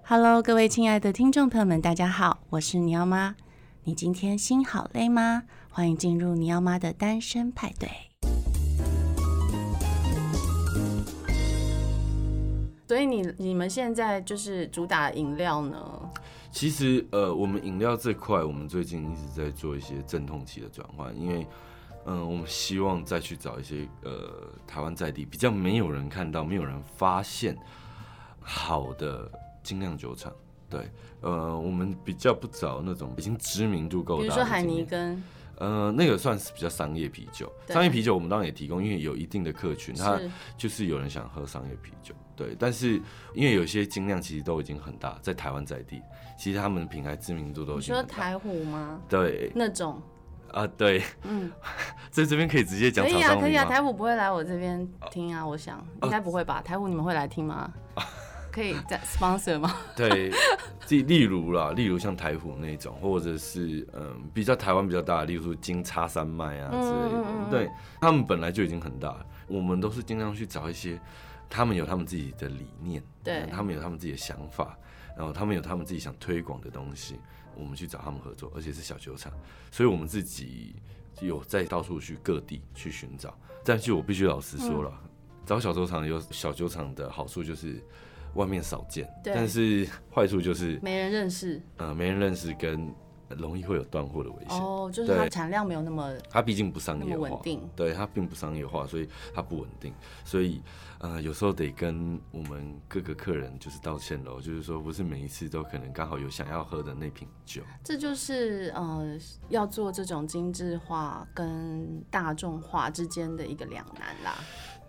Hello，各位亲爱的听众朋友们，大家好，我是尼奥妈。你今天心好累吗？欢迎进入尼奥妈的单身派对。所以你你们现在就是主打饮料呢？其实呃，我们饮料这块，我们最近一直在做一些阵痛期的转换，因为嗯、我们希望再去找一些呃台湾在地比较没有人看到、没有人发现好的精酿酒厂。对，呃，我们比较不找那种已经知名度够大比的如说精酿，海尼根，呃，那个算是比较商业啤酒。对商业啤酒我们当然也提供，因为有一定的客群，它是就是有人想喝商业啤酒，对，但是因为有些精酿其实都已经很大，在台湾在地，其实他们的品牌知名度都你已经说很大。台虎吗？对那种，啊，对，嗯， 在这边可以直接讲可厂以啊，商可以名啊，吗？哦台虎不会来我这边听啊，我想应该不会吧？台虎你们会来听 吗？可以再 sponsor 吗？对， 例例如啦，例如像台虎那种，或者是嗯比较台湾比较大的，例如说金叉山脉啊之类嗯的，嗯嗯嗯对他们本来就已经很大了，我们都是尽量去找一些他们有他们自己的理念，对他们有他们自己的想法，然后他们有他们自己想推广的东西，我们去找他们合作，而且是小酒厂，所以我们自己有在到处去各地去寻找。但是我必须老实嗯说了，找小酒厂有小酒厂的好处就是外面少见，对但是坏处就是没人认识呃没人认识跟容易会有断货的危险。哦，就是它对产量没有那么它毕竟不商业那么化，稳定对它并不商业化，所以它不稳定，所以呃有时候得跟我们各个客人就是道歉喽，就是说不是每一次都可能刚好有想要喝的那瓶酒，这就是呃，要做这种精致化跟大众化之间的一个两难啦。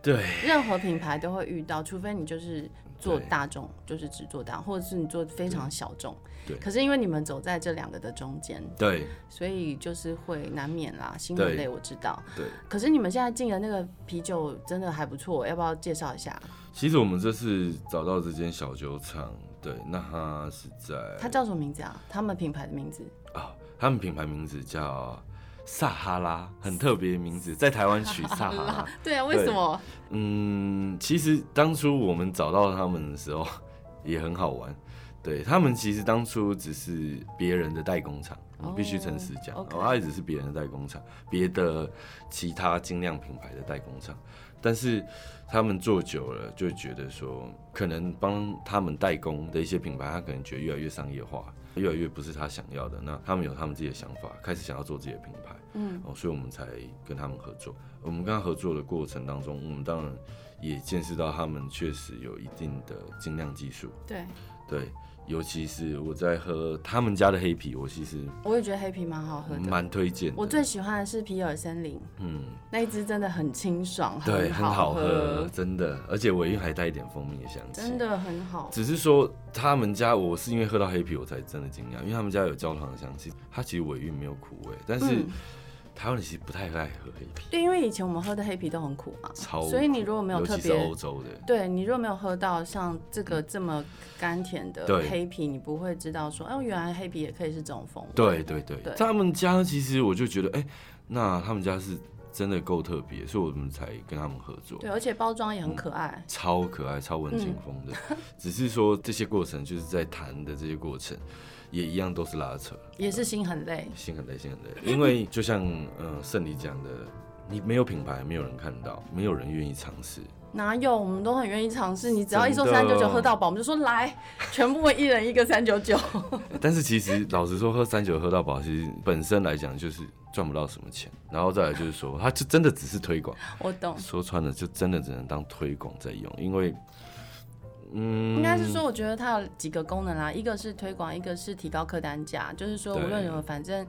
对任何品牌都会遇到，除非你就是做对大众，就是只做大，或者是你做非常小众。对可是因为你们走在这两个的中间，对所以就是会难免啦，心对很累，我知道。对，可是你们现在进的那个啤酒真的还不错，要不要介绍一下？其实我们这次找到这间小酒厂，对，那它是在它叫什么名字啊？他们品牌的名字？啊、他们品牌名字叫撒哈拉，很特别的名字，在台湾取撒哈拉。对啊，为什么？嗯，其实当初我们找到他们的时候也很好玩。对他们其实当初只是别人的代工厂，我必须诚实讲，哦，OK 哦，它也只是别人的代工厂，别的其他精酿品牌的代工厂。但是他们做久了，就觉得说，可能帮他们代工的一些品牌，他可能觉得越来越商业化，越来越不是他想要的。那他们有他们自己的想法，开始想要做自己的品牌。嗯，哦，所以我们才跟他们合作。我们跟他合作的过程当中，我们当然也见识到他们确实有一定的精酿技术。对，对，尤其是我在喝他们家的黑啤，我其实我也觉得黑啤蛮好喝的。蛮推荐的。我最喜欢的是皮尔森林，嗯，那一支真的很清爽，对，很好好喝，，真的，而且尾韵还带一点蜂蜜的香气。真，的很好。只是说他们家，我是因为喝到黑啤，我才真的惊讶，因为他们家有焦糖的香气，它其实尾韵没有苦味，但是嗯台湾人其实不太爱喝黑啤，对，因为以前我们喝的黑啤都很苦嘛，超所以你如果没有尤特其是别欧，洲的。对你如果没有喝到像这个这么甘甜的对黑啤，你不会知道说，哦，原来黑啤也可以是这种风味。对对对，对他们家其实我就觉得，哎、那他们家是真的够特别，所以我们才跟他们合作。对，而且包装也很可爱。超可爱、超文青风的，嗯 只是说这些过程就是在谈的这些过程，也一样都是拉扯，也是心很累，心很累，心很累。因为就像嗯圣理讲的，你没有品牌，没有人看到，没有人愿意尝试。哪有？我们都很愿意尝试。你只要一说真的三九九喝到饱，我们就说来，全部一人一个三九 九。但是其实老实说，喝三九喝到饱，其实本身来讲就是赚不到什么钱，然后再来就是说，它就真的只是推广。我懂，说穿了，就真的只能当推广在用，因为，嗯，应该是说，我觉得它有几个功能啦，一个是推广，一个是提高客单价，就是说无对嗯论如何，反正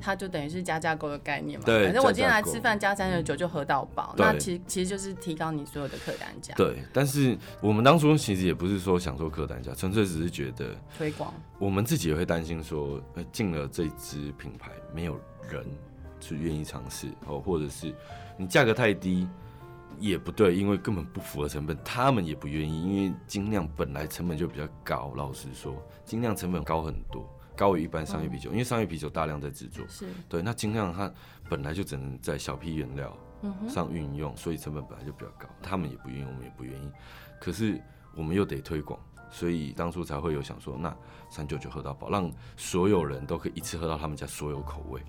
它就等于是加价购的概念嘛。对反正我加今天价来购嗯吃饭加三九九就喝到饱，对那其其实就是提高你所有的客单价，对。但是我们当初其实也不是说想做客单价，纯粹只是觉得推广。我们自己也会担心说，呃，进了这支品牌，没有人去愿意尝试，哦，或者是你价格太低。也不对，因为根本不符合成本，他们也不愿意，因为精酿本来成本就比较高。老实说，精酿成本高很多，高于一般商业啤酒，因为商业啤酒大量在制作，是，对，那精酿它本来就只能在小批原料嗯哼，上运用，所以成本本来就比较高，他们也不愿意，我们也不愿意。可是我们又得推广，所以当初才会有想说，那三九九喝到饱，让所有人都可以一次喝到他们家所有口味。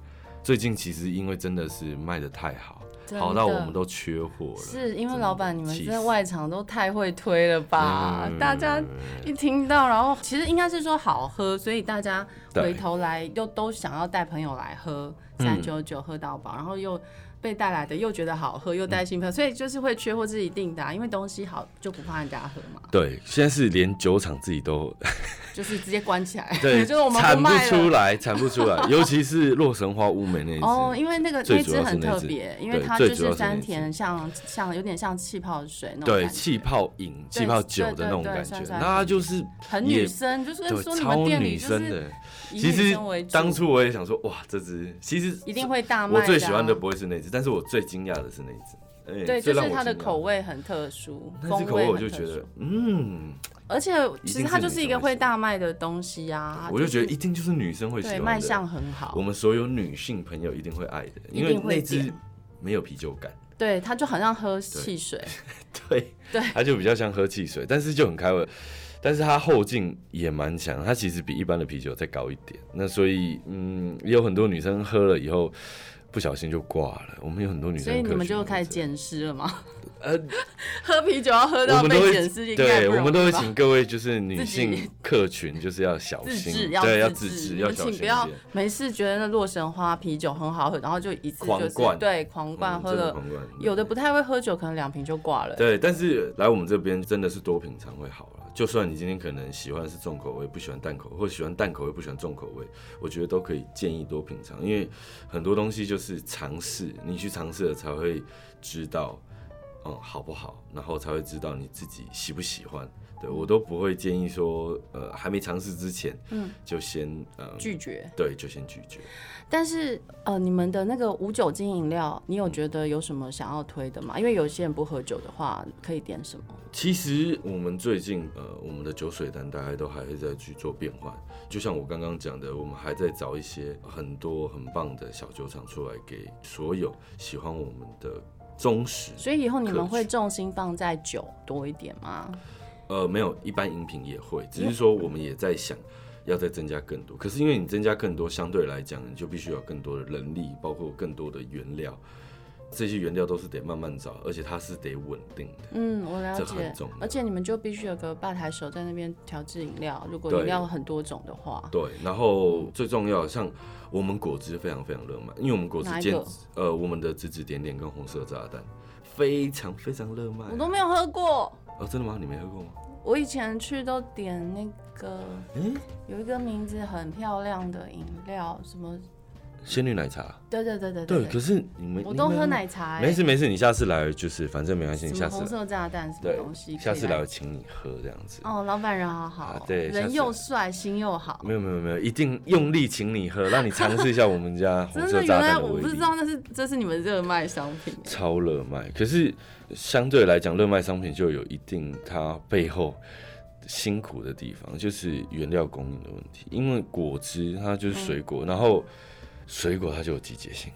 最近其实因为真的是卖的太好，真好到我的们都缺货了。是因为真的老板你气们在死外场都太会推了吧？嗯大家一听到，然后其实应该是说好喝，所以大家回对嗯头来又都想要带朋友来喝三九九喝到饱，然后又。被带来的又觉得好喝，又带嗯新朋友，所以就是会缺货是一定的、啊，因为东西好就不怕人家喝嘛， 对，现在是连酒厂自己都就是直接关起来，对，就是我们产不不卖了。出来，产不出来，尤其是洛神花乌梅那一只。哦，因为那个最那主只要是很那特只别，因为对它最就主要是是那酸只甜，像像有点像气泡水那种对感觉气泡饮、气对泡对酒的那种对感酸觉，酸那就是很也女生，就是对说你们超店里女就生是的。以其女实生为主，当初我也想说，哇，这只其实一定会大卖、啊我最喜欢的不，会是那只，但是我最惊讶的是那只，哎对，最就让是我它的惊讶口味很特殊，那风只味口味我就很特觉得殊，，嗯，而且其实它就是一个会大卖的东西啊，我就觉得是一定就是女生会喜对欢卖的相很好我，们所有女性朋友一定会爱的，一因为定会那只点没有啤酒感，对，它就很像喝汽 水，对，对它就比较像喝汽水，但是就很开胃。但是它后劲也蛮强，它其实比一般的啤酒再高一点。那所以，嗯，也有很多女生喝了以后不小心就挂了。我们有很多女生，所以你们就开始，捡尸了吗？ 呃， 喝啤酒要喝我到们都被会捡尸，应该对，不我们都容易会吧请各位就是女自性己客群就是要小自心，制，对，要自制，你要们小请心一不点要。没事觉得那洛神花啤酒很好喝，然后就一次狂就是灌对狂灌嗯喝真的了，狂灌有的不太会喝酒，可能两瓶就挂了。对，但是来我们这边真的是多品尝会好了。就算你今天可能喜欢的是重口味，不喜欢淡口味，或者喜欢淡口味不喜欢重口味，我觉得都可以建议多品尝，因为很多东西就是尝试，你去尝试了才会知道，嗯，好不好，然后才会知道你自己喜不喜欢。对我都不会建议说，呃，还没尝试之前，嗯，就先呃拒绝，对，就先拒绝。但是呃，你们的那个无酒精饮料，你有觉得有什么想要推的吗？因为有些人不喝酒的话，可以点什么？其实我们最近呃，我们的酒水单大概都还会再去做变换。就像我刚刚讲的，我们还在找一些很多很棒的小酒厂出来，给所有喜欢我们的忠实。所以以后你们客会群重心放在酒多一点吗？呃，没有，一般饮品也会，只是说我们也在想。要再增加更多，可是因为你增加更多，相对来讲，你就必须有更多的人力，包括更多的原料，这些原料都是得慢慢找，而且它是得稳定的。嗯，我了这解很重要。而且你们就必须有个吧台手在那边调制饮料，如果对饮料很多种的话，对，然后最重要的，像我们果汁非常非常热卖，因为我们果汁哪一兼个呃我们的指指点点跟红色炸弹非常非常热卖我。都没有喝过。哦，真的吗？你没喝过吗？我以前去都点那个嗯，有一个名字很漂亮的饮料，什么？仙女奶茶。对对对对对，可对，是你们我都喝。你奶茶、们欸。没事没事，你下次来就是反正没关系，你什下么次红来色炸弹什么东西，对，下次可以来我请你喝这样子。哦，老板人好好哦啊，对下人次又来帅，心又好。没有没有没有，一定用力请你喝，让你尝试一下我们家红 真色的，原炸来弹的我威不知力。道那是这是你们热卖商品欸。超热卖，可是相对来讲，热卖商品就有一定它背后辛苦的地方，就是原料供应的问题。因为果汁它就是水嗯果，然后水果它就有季节性。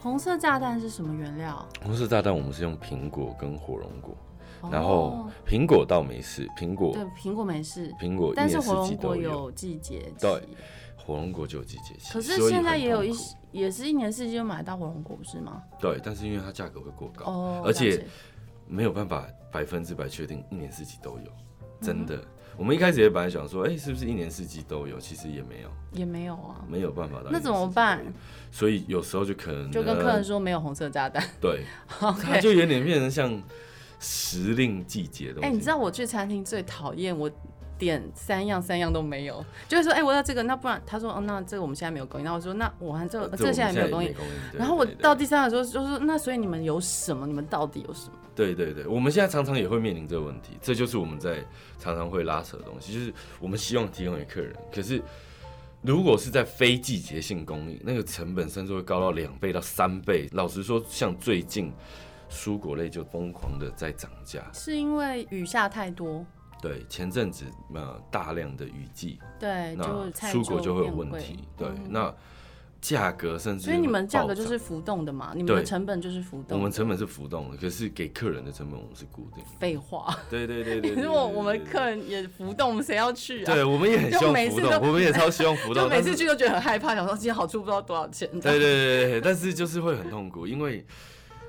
红色炸弹是什么原料？红色炸弹我们是用苹果跟火龙果，哦然后苹果倒没事，苹果对苹果没事，苹果一但年是火四季龙都果有，有季节期。对火龙果就有季节性。可是所以现在很也有痛一苦些，也是一年四季就买到火龙果，不是吗？对，但是因为它价格会过高，哦，而且了解没有办法百分之百确定一年四季都有，嗯真的。我们一开始也本来想说，哎、是不是一年四季都有？其实也没有，也没有啊，没有办法到。那怎么？办？所以有嗯时候就可能呃就跟客人说没有红色炸弹。对，它 OK。就有点变成像时令季节的东西。哎、你知道我去餐厅最讨厌我点三样三样都没有，就是说哎、我要这个，那不然他说哦那这个我们现在没有供应，那我说那我还这个、呃这个现在没有我供们应。供应对然后我对对到第三个时候就说，那所以你们有什么？你们到底有什么？对对对，我们现在常常也会面临这个问题，这就是我们在常常会拉扯的东西，就是我们希望提供给客人，可是如果是在非季节性供应，那个成本甚至会高到两倍到三倍。老实说，像最近蔬果类就疯狂的在涨价，是因为雨下太多，对，前阵子呃大量的雨季，对，那就菜蔬果就会有变问贵题，对嗯，那。价格甚至所以你们会价暴格就涨是浮动的嘛，你们的对成本就是浮动的。我们成本是浮动的，可是给客人的成本我们是固定的。废话， 对对对对如果我们客人也浮动，谁要去啊？对，我们也很希望就每次浮都动，我 们也超希望浮动，就每次但是去都觉得很害怕，想说今天好处不知道多少钱，对对对对对，但是就是会很痛苦，因为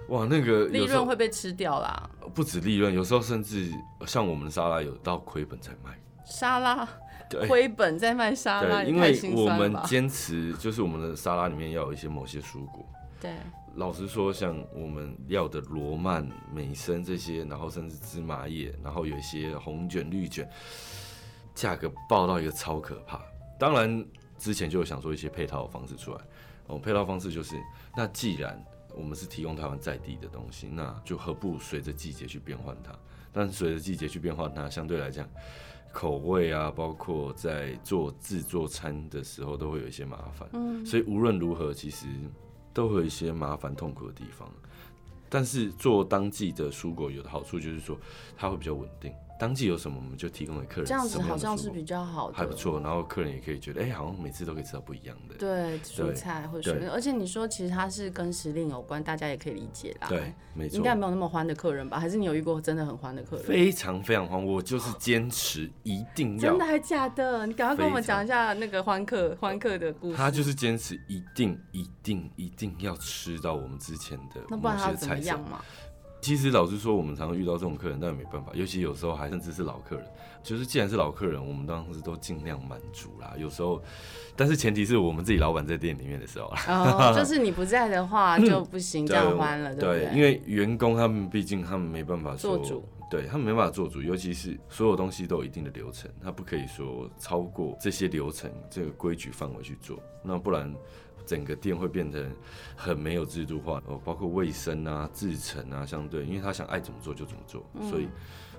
哇，那个利哎有时候润会被吃掉啦。不止利润，有时候甚至像我们的沙拉有到亏本才卖。沙拉对亏本在卖沙拉，啊哎对，也因太为心我酸了们吧？坚持就是我们的沙拉里面要有一些某些蔬果。对，老实说，像我们要的罗曼、美参这些，然后甚至芝麻叶，然后有一些红卷、绿卷，价格爆到一个超可怕。当然，之前就有想说一些配套的方式出来。哦，配套方式就是，那既然我们是提供台湾在地的东西，那就何不随着季节去变换它？但随着季节去变换它，相对来讲，口味啊，包括在做制作餐的时候，都会有一些麻烦。嗯，所以无论如何，其实都会有一些麻烦痛苦的地方。但是做当季的蔬果有的好处就是说，它会比较稳定。当季有什么，我们就提供给客人这样子什么好样的像蔬是果比较好的，还不。错。然后客人也可以觉得，哎、好像每次都可以吃到不一样的。对蔬对菜或者水对果，而且你说其实它是跟时令有关，大家也可以理解啦。对，，没啊应错该。没有那么欢的客人吧？还是你有遇过真的很欢的客人？非常非常慌，我就是坚持一定要真的，还假的？你赶快跟我们非讲常一下那个欢客欢客的故事。他就是坚持一定一定一定要吃到我们之前的那不某然他些要怎么菜色样。嘛？其实老实说，我们常常遇到这种客人，但也没办法，尤其有时候还甚至是老客人。就是既然是老客人，我们当时都尽量满足啦。有时候，但是前提是我们自己老板在店里面的时候啊啦。哦，就是你不在的话就不行，这样欢了，不对，对？因为员工他们毕竟他们没办法说做主，对他们没办法做主，尤其是所有东西都有一定的流程，他不可以说超过这些流程这个规矩范围去做，那不然整个店会变成很没有制度化，哦，包括卫生啊、制成啊，相对，因为他想爱怎么做就怎么做，嗯所以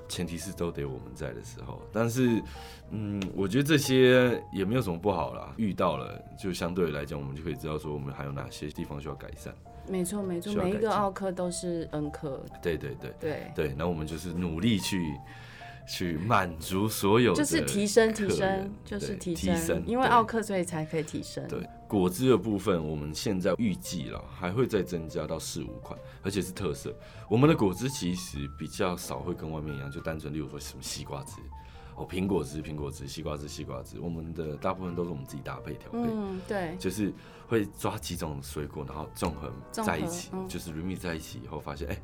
前提是都得我们在的时候。但是，嗯，我觉得这些也没有什么不好啦，遇到了就相对来讲，我们就可以知道说我们还有哪些地方需要改善。没错没错，需要每一个改进奥克都是恩客，对对对对，对，那我们就是努力去去满足所有的，就是提升提客升人，就是对提提升因为对奥克所以才可以提升，对果汁的部分，我们现在预计了还会再增加到四五款，而且是特色。我们的果汁其实比较少会跟外面一样，就单纯例如说什么西瓜汁。哦，苹果汁、苹果汁，西瓜汁、西瓜汁，我们的大部分都是我们自己搭配调配，嗯对，就是会抓几种水果，然后综合综在一合起，嗯就是 remix 在一起以后，发现哎，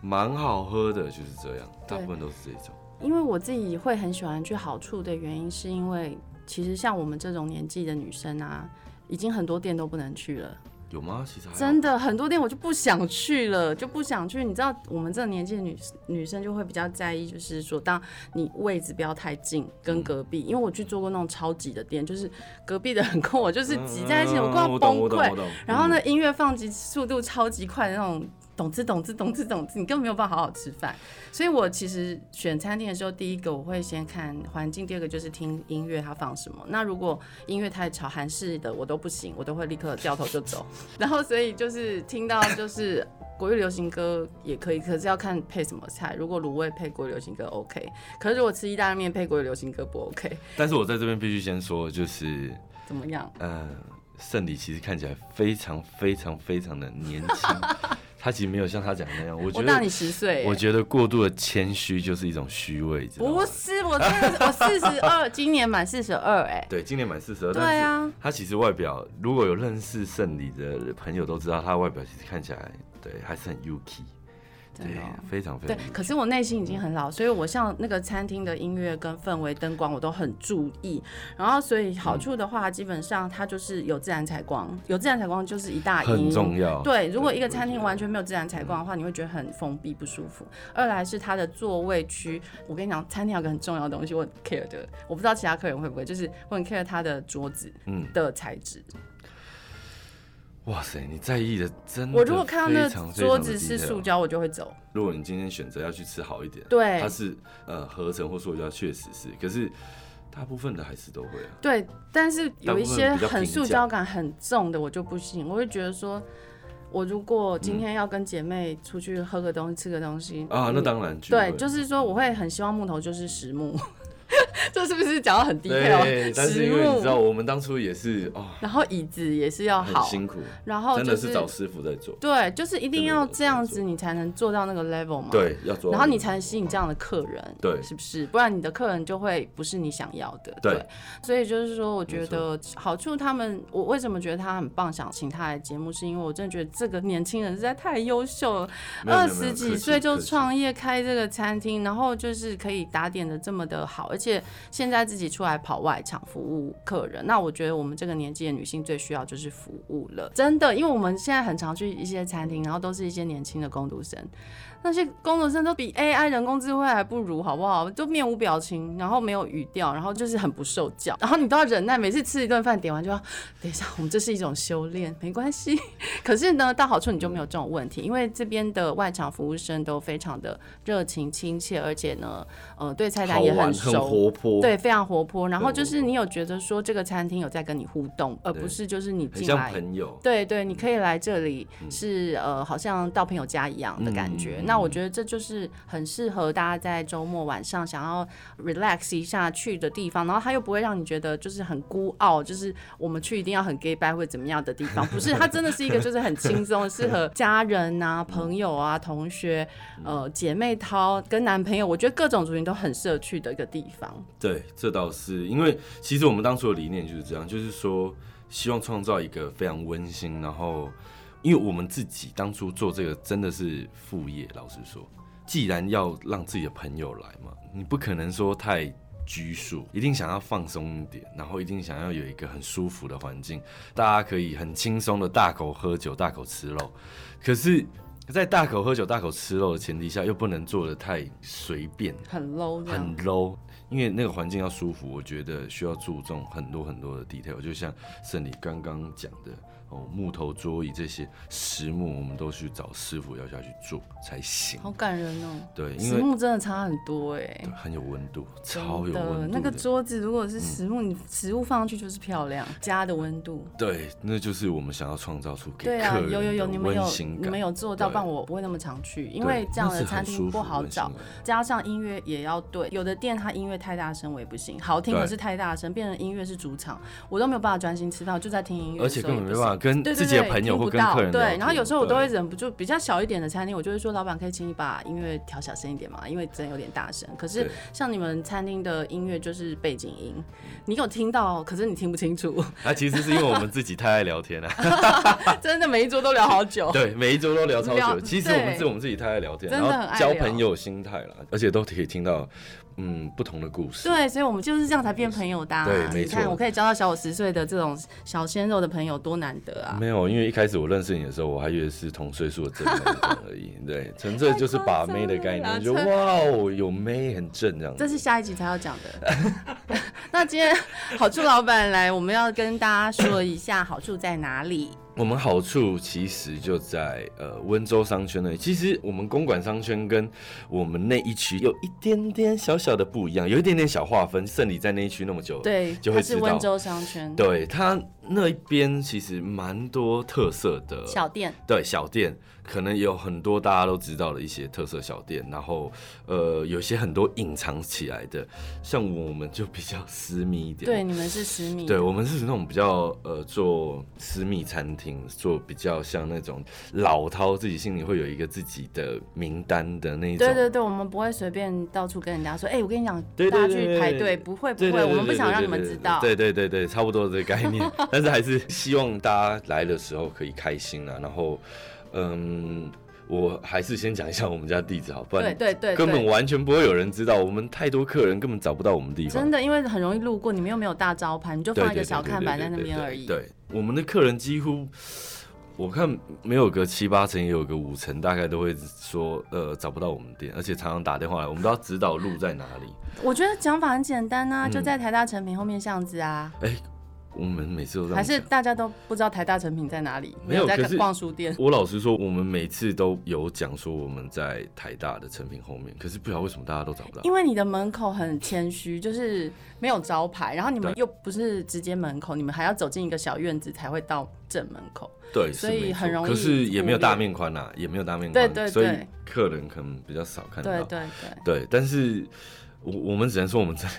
蛮、好喝的，就是这样，大对部分都是这种。因为我自己会很喜欢去好处的原因，是因为其实像我们这种年纪的女生啊，已经很多店都不能去了，有吗？其实还好真的很多店我就不想去了，就不想去。你知道我们这个年纪的女女生就会比较在意，就是说，当你位置不要太近，嗯跟隔壁，因为我去做过那种超级的店，就是隔壁的人跟我就是挤在一起，嗯我快要我崩懂我懂溃我。懂嗯然后呢，音乐放级速度超级快的那种，懂之懂之懂之懂之，你根本没有办法好好吃饭。所以我其实选餐厅的时候，第一个我会先看环境，第二个就是听音乐它放什么。那如果音乐太吵，韩式的我都不行，我都会立刻掉头就走。 然后所以就是听到就是。国语流行歌也可以，可是要看配什么菜。如果卤味配国语流行歌 OK，可是如果吃意大利面配国语流行歌不 OK，但是我在这边必须先说，就是怎么样？呃，圣里其实看起来非常非常非常的年轻，他其实没有像他讲的那样，我 觉我大得你十岁耶、我觉得过度的谦虚就是一种虚伪，知道吗不是，我真的是我四十二，今年满四十二，哎，对，今年满四十二，对但是啊他其实外表，如果有认识圣里的朋友都知道，他外表其实看起来对还是很 Yuki，真 对的哦，非常非对常。，可是我内心已经很老，所以我像那个餐厅的音乐跟氛围、灯光我都很注意。然后，所以好处的话，基本上它就是有自然采光，有自然采光就是一大因很重要对，如果对一个我餐觉厅得完全没有自然采光的话，你会觉得很封闭不舒服。二来是它的座位区，我跟你讲，餐厅有个很重要的东西，我很 care 的，我不知道其他客人会不会，就是我很 care 它的桌子嗯的材质。哇塞，你在意的真的我如果看到那非常个非桌常子的是 detail 塑胶，我就会走。如果你今天选择要去吃好一点，对它是呃合成或塑胶，确实是，可是大部分的还是都会啊。对，但是有一些大部分比较很平价塑胶感很重的，我就不信。我会觉得说，我如果今天要跟姐妹出去喝个东西、吃个东西嗯嗯啊，那你当然聚会对，就是说我会很希望木头就是实木， 这是不是讲到很低调？对，但是食因为你知道，物，我们当初也是哦，然后椅子也是要很哦好，辛苦，然后真就哦的是找师傅在做。对，就是一定真的要有这样在子，做你才能做到那个 level 嘛。。对，要做到那个。然后你才能吸引这样的客人，对是不是？不然你的客人就会不是你想要的，对所以就是说，我觉没得好处他们，我为什么觉得他很棒，想请他来节目，是因为我真的觉得这个年轻人实在太优秀了，没有没二有没有十几客气岁就客气创业开这个餐厅，然后就是可以打点的这么的好，而且现在自己出来跑外场服务客人。那我觉得我们这个年纪的女性最需要就是服务了，真的，因为我们现在很常去一些餐厅，然后都是一些年轻的工读生，那些工读生都比 AI 人工智慧还不如，好不好？都面无表情，然后没有语调，然后就是很不受教，然后你都要忍耐，每次吃一顿饭点完就要等一下，我们这是一种修炼，没关系。 可是呢，到好处你就没有这种问题，因为这边的外场服务生都非常的热情亲切，而且呢，呃，对菜单好也玩，熟，很活泼，对，，非常活泼。然后很活就是你有觉得说这个餐厅有在跟你互动，而对不是就是你很进像来。朋友。对对，你可以来这里是、呃，好像到朋友家一样的感觉。嗯那我觉得这就是很适合大家在周末晚上想要 relax 一下去的地方，然后它又不会让你觉得就是很孤傲，就是我们去一定要很 gay 拜或怎么样的地方，不是，它真的是一个就是很轻松，适 合家人啊、朋友啊、同学、嗯呃姐妹淘跟男朋友，我觉得各种族群都很适合去的一个地方。对，这倒是因为其实我们当初的理念就是这样，就是说希望创造一个非常温馨，然后因为我们自己当初做这个真的是副业，老实说，既然要让自己的朋友来嘛，你不可能说太。拘束，一定想要放松一点，然后一定想要有一个很舒服的环境，大家可以很轻松的大口喝酒、大口吃肉。可是，在大口喝酒、大口吃肉的前提下，又不能做的太随便，很 low 这样很 low，因为那个环境要舒服，我觉得需要注重很多很多的 detail，就像圣理刚刚讲的哦，木头桌椅这些实木，我们都去找师傅要下去做才行。好感人哦。对，因实为木真的差很多哎、对很有温度，真超有的温那度个的。嗯桌子如果是实木，你食物放上去就是漂亮，家的温度。对，那就是我们想要创造出给对啊客，有有人有，的你们温有馨你感们。有做到，对不然我不会那么常去，因对为这样那的是很餐舒厅服不好温馨找的，加上音乐也要对，有的店它音乐太大声我也不行，好听对可是太大声，变成音乐是主场，我都没有办法专心吃饭，我就在听音乐而的且时候根也不行，本没办法跟对对自己的对朋友听或不跟到客人对聊，天然后有时候我都会对忍不住，比较小一点的餐厅，我就会说，老板可以请你把音乐调小声一点嘛，因为真的有点大声。可是对像你们餐厅的音乐就是背景音，你有听到，可是你听不清楚， 那、啊其实是因为我们自己太爱聊天了、啊真的每一桌都聊好久。对，每一周都哦聊超聊久。其实我们对是我们自己太爱聊天，真然的后很爱交聊朋友心态啦，而且都可以听到嗯不同的故 事。对，所以我们就是这样才变朋友的、啊。对你没看错我可以交到小我十岁的这种小鲜肉的朋友，多难得啊！没有，因为一开始我认识你的时候，我还以为是同岁数的正妹这 样而已。对，纯粹就是把妹的概念，太就夸张哇哦，有妹很正这样这子。是下一集才要讲的。 那今天好处老板来，我们要跟大家说一下好处在哪 里。我们好处其实就在呃温州商圈那里。其实我们公馆商圈跟我们那一区有一点点小小的不一样，有一点点小划分。胜利在那一区那么久，对，就它会是知道温州商圈对它那一边其实蛮多特色的小店，对小店，可能有很多大家都知道的一些特色小店，然后呃有些很多隐藏起来的，像我们就比较私密一点。对，你们是十米，哦对，我们是属于那种比较呃做私密餐厅，做比较像那种老饕自己心里会有一个自己的名单的那一种。对对对，我们不会随便到处跟人家说，哎、我跟你讲，对大对家去对排对队，不会不对会，对对我们不想让你们对对知对道。对对对对，差不多这个概念， 但是还是希望大家来的时候可以开心啊。然后，嗯，我还是先讲一下我们家地址好，不对然对对，根本对完全不会有人知道，我们太多客人根本找不到我们地方真。的，因为很容易路过，你们又没有大招牌，你就对放一对个对小对看对板对在那对边对而已。对，我们的客人几乎。我看没有个七八成，也有个五成，大概都会说，呃，找不到我们店，而且常常打电话来，我们都要指导路在哪里。我觉得讲法很简单呐、就嗯在台大成品后面巷子啊，我们每次都这样还是讲大家都不知道台大成品在哪里，没有在可是逛书店。我老实说，我们每次都有讲说我们在台大的成品后面，可是不知道为什么大家都找不到。因为你的门口很谦虚，就是没有招牌，然后你们又不是直接门口，你们还要走进一个小院子才会到正门口。对，所以是没错很容易可是也没忽略有大面宽呐、也没有大面宽，对对对所以客人可能比较少看到。对对对，对但是我我们只能说我们真的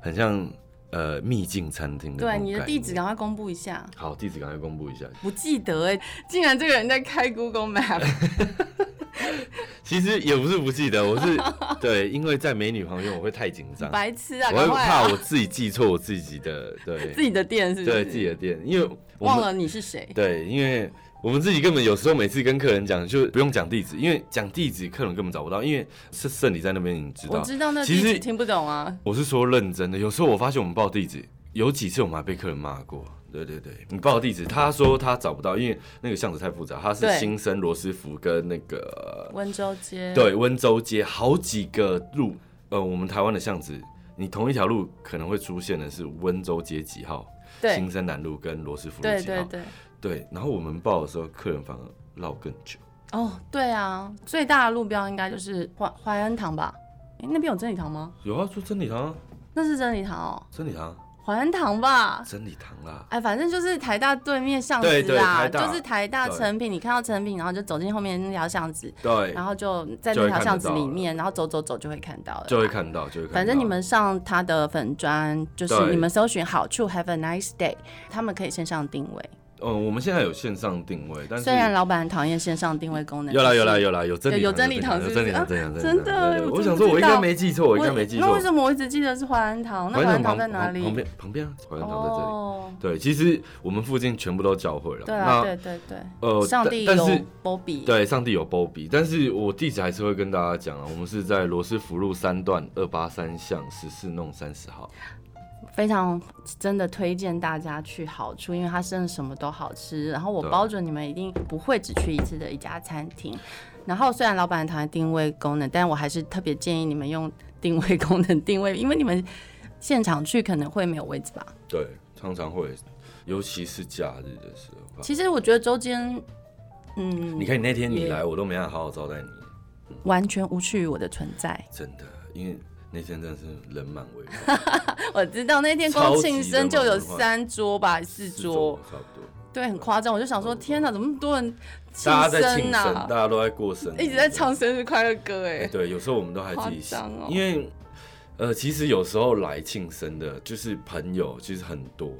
很像呃秘境餐厅的那对，种你的概地址念赶快公布一下。好，地址赶快公布一下。不记得哎、竟然这个人在开 Google Map，其实也不是不记得，我 是对，因为在美女旁边我会太紧张，白痴啊！我会赶快、怕啊、我自己记错我自己的，对， 自己的店是不是？对自己的店，因为我忘们了你是 谁。对，因为我们自己根本有时候每次跟客人讲，就不用讲地址，因为讲地址客人根本找不到，因为是圣理在那边，你知我道。知道那其地实址听不懂啊，我是说认真的，有时候我发现我们报地址，有几次我们还被客人骂过。对对对，你报地址，他说他找不到，因为那个巷子太复杂，他是对新生罗斯福跟那个温州街。对温州街好几个路，呃，我们台湾的巷子，你同一条路可能会出现的是温州街几号、新对生南路跟罗斯福路啊对几号对对。对，然后我们报的时候，客人反而绕更久。哦，对啊，最大的路标应该就是淮淮安堂吧？诶，那边有真理堂吗？有啊，说真理堂啊，那是真理堂哦，真理堂，淮安堂吧？真理堂啦。哎，反正就是台大对面巷子啦，对对台大就是台大对成品，你看到成品，然后就走进后面那条巷子，对然，后就在就那会条看得巷子到里了面，然后走走走就会看到了，就会。看到，就会看到。反正你们上他的粉砖，就是对你们搜寻好处 Have a nice day，他们可以线上定位。嗯，我们现在有线上定位，但是虽然老板很讨厌线上定位功能，有啦但是有啦有啦有真理有有堂真理堂有是真不理是堂真理堂啊真理堂真的对对对我我真想不说我知应该道没记错，我应该我没记错。那为什么我一直记得是淮安堂？那淮淮安安堂堂在旁哪里？旁边旁边啊，淮安堂在这里。哦，对，其实我们附近全部都教会了。对那啦，对对对，呃，上帝但但有是 Bobby，，对，上帝有包庇，但是我地址还是会跟大家讲啊，我们是在罗斯福路三段二八三巷十四弄三十号。非常真的推荐大家去好处，因为它真的什么都好吃。然后我对包准你们一定不会只去一次的一家餐厅。然后虽然老板很讨厌定位功能，但我还是特别建议你们用定位功能定位，因为你们现场去可能会没有位置吧。对，常常会，尤其是假日的时候。其实我觉得周间，嗯，你看你那天你也来，我都没办法好好招待你，完全无视于我的存在。真的，因为那天真的是人满为患，我知道那天光庆生就有三桌吧， 四四周桌，差不多，对，很夸张。我就想说，天哪，怎么那么多人大家在庆生生，呐、大家都在过生日，一直在唱生日快乐歌，哎，对，有时候我们都还自己夸张哦因为呃，其实有时候来庆生的，就是朋友，其实很多，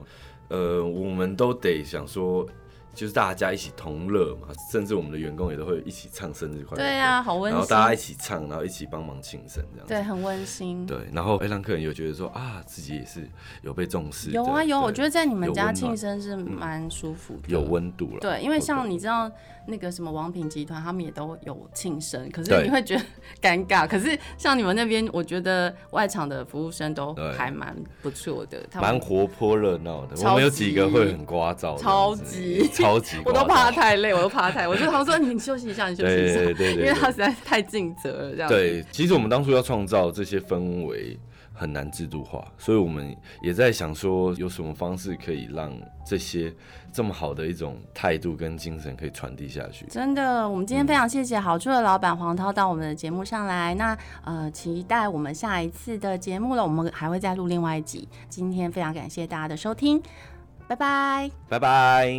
呃，我们都得想说，就是大家一起同乐嘛，甚至我们的员工也都会一起唱生日快乐，对啊，，好温然后馨，大家一起唱，然后一起帮忙庆生这样子。对，很温馨。对，然后哎，让客人有觉得说啊，自己也是有被重视的，有啊有，我对觉得在你们有家温庆暖嗯生是蛮舒服的，有温度了。对，因为像你对知道那个什么王品集团，他们也都有庆生，可是对你会觉得尴尬。可是像你们那边，我觉得外场的服务生都对还蛮不错的，他蛮们活泼热闹的，超我们有几个级会很聒噪这超样子，级超级聒 噪，我都怕他太累，我都怕他太，我就他说 你休息一下，你休息一下，对对对 对因为他实在太尽责了，这样子。对，其实我们当初要创造这些氛围很难制度化，所以我们也在想说，有什么方式可以让这些这么好的一种态度跟精神可以传递下去。真的，我们今天非常谢谢好处的老板黄涛到我们的节目上来。那呃，期待我们下一次的节目了，我们还会再录另外一集。今天非常感谢大家的收听，拜拜。拜拜。